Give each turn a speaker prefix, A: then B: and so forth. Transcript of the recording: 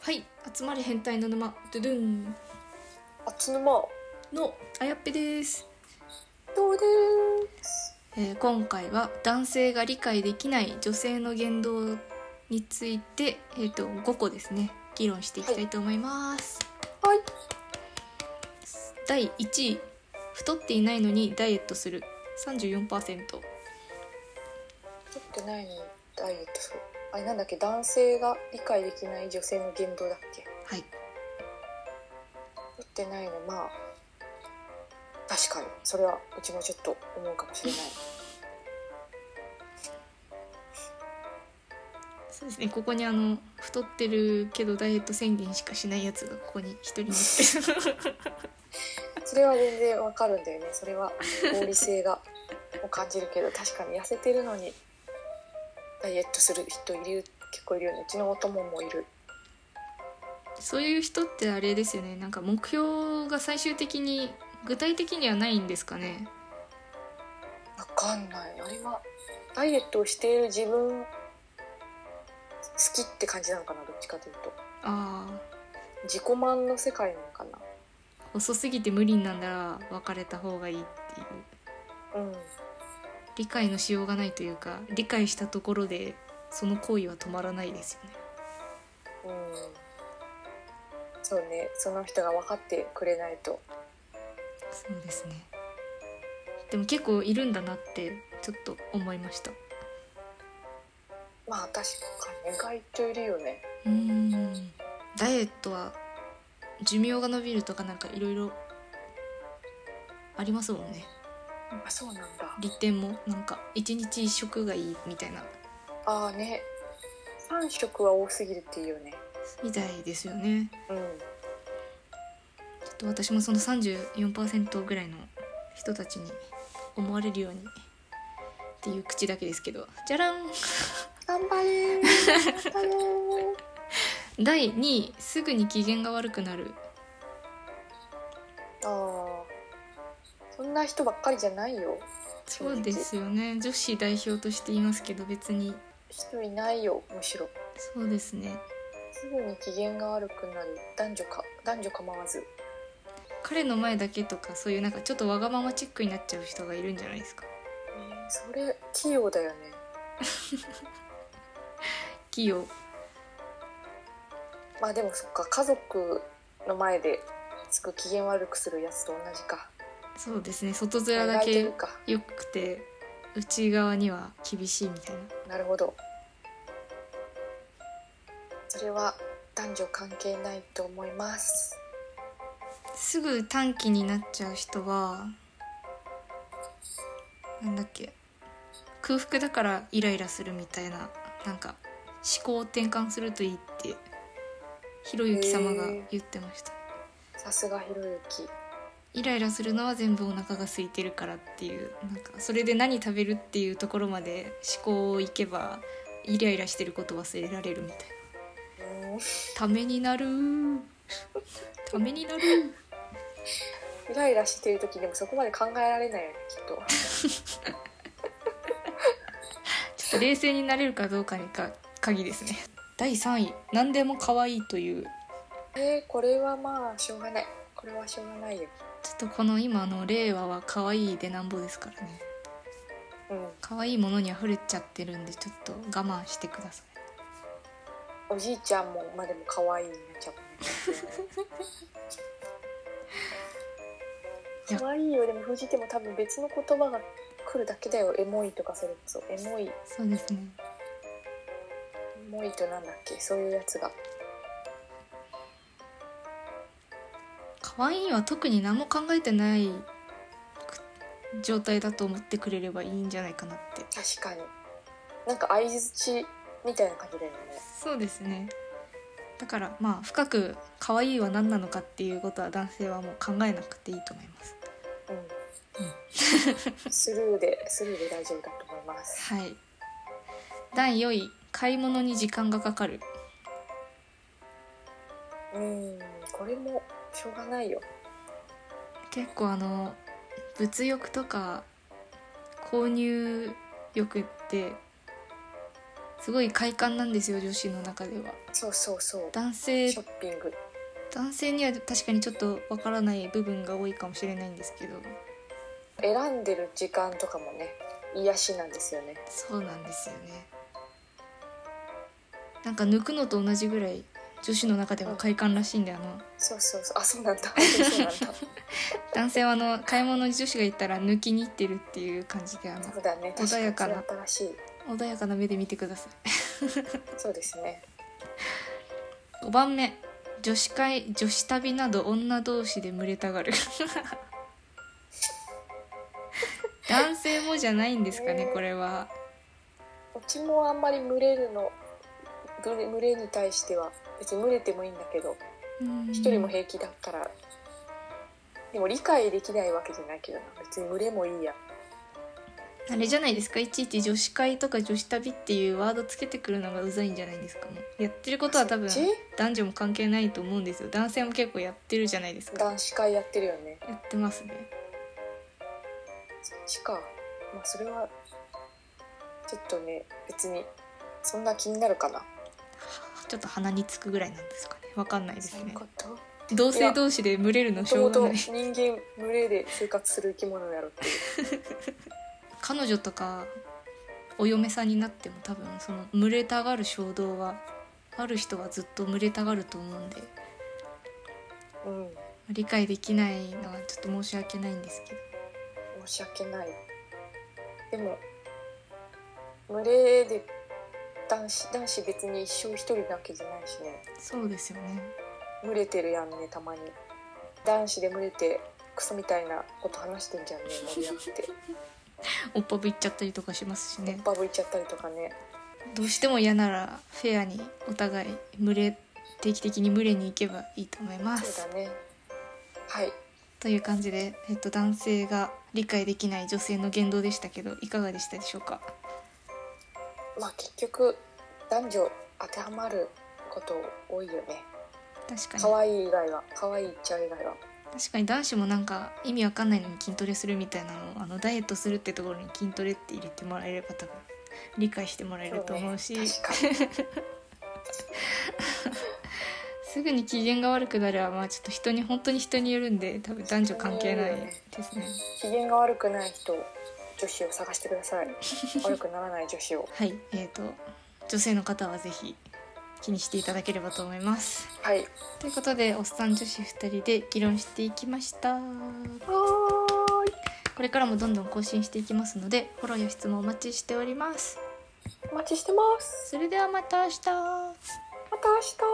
A: はい集まれ変態の沼ドゥドゥン
B: あっちの間
A: のあやっぺです、
B: どうでーす
A: えー今回は男性が理解できない女性の言動についてえーと5個ですね議論していきたいと思います、
B: はい
A: 第1位太っていないのにダイエットする34%
B: 撮ってないのにダイエットするあれなんだっけ男性が理解できない女性の言動だっけ
A: はい
B: 撮ってないのまあ確かにそれはうちもちょっと思うかもしれない
A: そうですねここにあの太ってるけどダイエット宣言しかしないやつがここに一人に
B: それは全然わかるんだよねそれは合理性が を感じるけど確かに痩せてるのにダイエットする人いる結構いるよねうちのお友もいる
A: そういう人ってあれですよねなんか目標が最終的に具体的にはないんですかね
B: わかんないあれはダイエットをしている自分好きって感じなのかなどっちかというと
A: ああ
B: 自己満の世界なのかな
A: 遅すぎて無理になんだら別れた方がいいっていう
B: うん
A: 理解のしようがないというか理解したところでその行為は止まらないですよね
B: うんそうねその人が分かってくれないと
A: そうですねでも結構いるんだなってちょっと思いました
B: まあ確かに意外といるよね
A: うーんダイエットは寿命が延びるとかなんかいろいろありますもんね
B: あそうなんだ
A: 利点もなんか一日一食がいいみたいな
B: ああね3食は多すぎるっていうよね
A: みたいですよね
B: うん
A: ちょっと私もその34%ぐらいの人たちに思われるようにっていう口だけですけどじゃらん
B: 頑張れー頑 張れ
A: 第2位すぐに機嫌が悪くなる
B: ーああそんな人ばっかりじゃないよ
A: そうですよね女子代表として言いますけど別に
B: 人いないよむしろ
A: そうですね
B: すぐに機嫌が悪くなる男女か男女構わず
A: 彼の前だけとかそういうなんかちょっとわがままチックになっちゃう人がいるんじゃないですか
B: えーそれ器用だよね
A: 器用
B: まあでもそっか家族の前ですぐ機嫌悪くするやつと同じか
A: そうですね外
B: 考
A: 面だ
B: えて
A: け
B: るか
A: 良くて内側には厳しいみたいな
B: なるほどそれは男女関係ないと思います
A: すぐ短期になっちゃう人はなんだっけ空腹だからイライラするみたいななんか思考を転換するといいってひろゆき様が言ってました
B: さすがひろゆき
A: イライラするのは全部お腹が空いてるからっていうなんかそれで何食べるっていうところまで思考をいけばイライラしてること忘れられるみたいな
B: うん
A: ためになるためになる
B: イライラしてる時でもそこまで考えられないよねきっと
A: ちょっと冷静になれるかどうかにか鍵ですね第3位何でも可愛いという
B: えー、これはまあしょうがないこれはしょうがないよ
A: ちょっとこの今の令和は可愛いでなんぼですからね
B: うん
A: 可愛いものに溢れちゃってるんでちょっと我慢してください
B: おじいちゃんもまあでも可愛いになっちゃう
A: いや
B: ね可愛いよでも藤ても多分別の言葉が来るだけだよエモいとかそれこそエモいエ
A: そうですね
B: モいとなんだっけそういうやつが
A: 可愛いは特に何も考えてないく状態だと思ってくれればいいんじゃないかなって
B: 確かになんか相槌みたいな感じだよね
A: そうですねだからまあ深く可愛いは何なのかっていうことは男性はもう考えなくていいと思います
B: うん、 スルーでスルーで大丈夫だと思います
A: はい第4位買い物に時間がかかる
B: うんこれもしょうがないよ
A: 結構あの物欲とか購入欲ってすごい快感なんですよ女子の中では
B: そうそうそう
A: 男性
B: ショッピング
A: 男性には確かにちょっとわからない部分が多いかもしれないんですけど
B: 選んでる時間とかもね癒しなんですよね
A: そうなんですよねなんか抜くのと同じぐらい女子の中では快感らしいんであの
B: そうそうそうあそうなんだそうなんだ
A: 男性はあの買い物に女子が行ったら抜きに行ってるっていう感じであの
B: そうだね確
A: 穏や
B: か
A: か
B: に
A: な
B: それ新しい
A: 穏やかな目で見てくださ
B: そうですね
A: い5番目女子会女子旅など女同士で群れたがる 男性もじゃないんですかねこれは
B: うちもあんまり群れるの群れ群れに対しては別に群れてもいいんだけど
A: うん
B: 一人も平気だからでも理解できないわけじゃないけどな別に群れもいいや
A: あれじゃないですかいちいち女子会とか女子旅っていうワードつけてくるのがうざいんじゃないですかねやってることは多分
B: そっ
A: 男女も関係ないと思うんですよ男性も結構やってるじゃないです
B: ち
A: か
B: 男子会やってるよね
A: やってますね
B: そっちかまあそれはちょっとね別にそんな気になるかな
A: ちょっと鼻につくぐらいなんですかねわかんないです
B: そういう
A: ね
B: ことも
A: 同性同士で群れるのし
B: と
A: ょ
B: も
A: うが
B: と
A: ない
B: 人間群れで生活する生き物やろっていう
A: 彼女とかお嫁さんになっても多分その群れたがる衝動はある人はずっと群れたがると思うんで
B: うん
A: 理解できないのはちょっと申し訳ないんですけど
B: 申し訳ないでも群れで男子男子別に一生一人なわけじゃないしね
A: そうですよね
B: 群れてるやんねたまに男子で群れてクソみたいなこと話してんじゃん ね盛り上がって
A: おっぱぶいっちゃったりとかしますしね
B: バブいちゃったりとかね
A: どうしても嫌ならフェアにお互い群れ定期的に群れに行けばいいと思いま
B: そ
A: す
B: うだねはい
A: という感じで、えっと、男性が理解できない女性の言動でしたけどいかがでしたでしょうか
B: まあ結局男女当てはまること多いよね
A: 確かに
B: 可愛い以外は可愛いっちゃう以外は
A: 確かに男子もなんか意味わかんないのに筋トレするみたいなのをあのダイエットするってところに筋トレって入れてもらえれば多分理解してもらえると思うし
B: そうね確かに
A: すぐに機嫌が悪くなればまあちょっと人に本当に人によるんで多分男女関係ないですね。
B: 機嫌が悪くない人女子を探してくだ さい悪くならない女子を
A: はい、えー、と女性の方はぜひ気にしていただければと思います。
B: はい
A: ということでおっさん女子2人で議論していきましたこれからもどんどん更新していきますのでフォローや質問お待ちしております
B: お待ちしてます
A: それではまた明日
B: また明日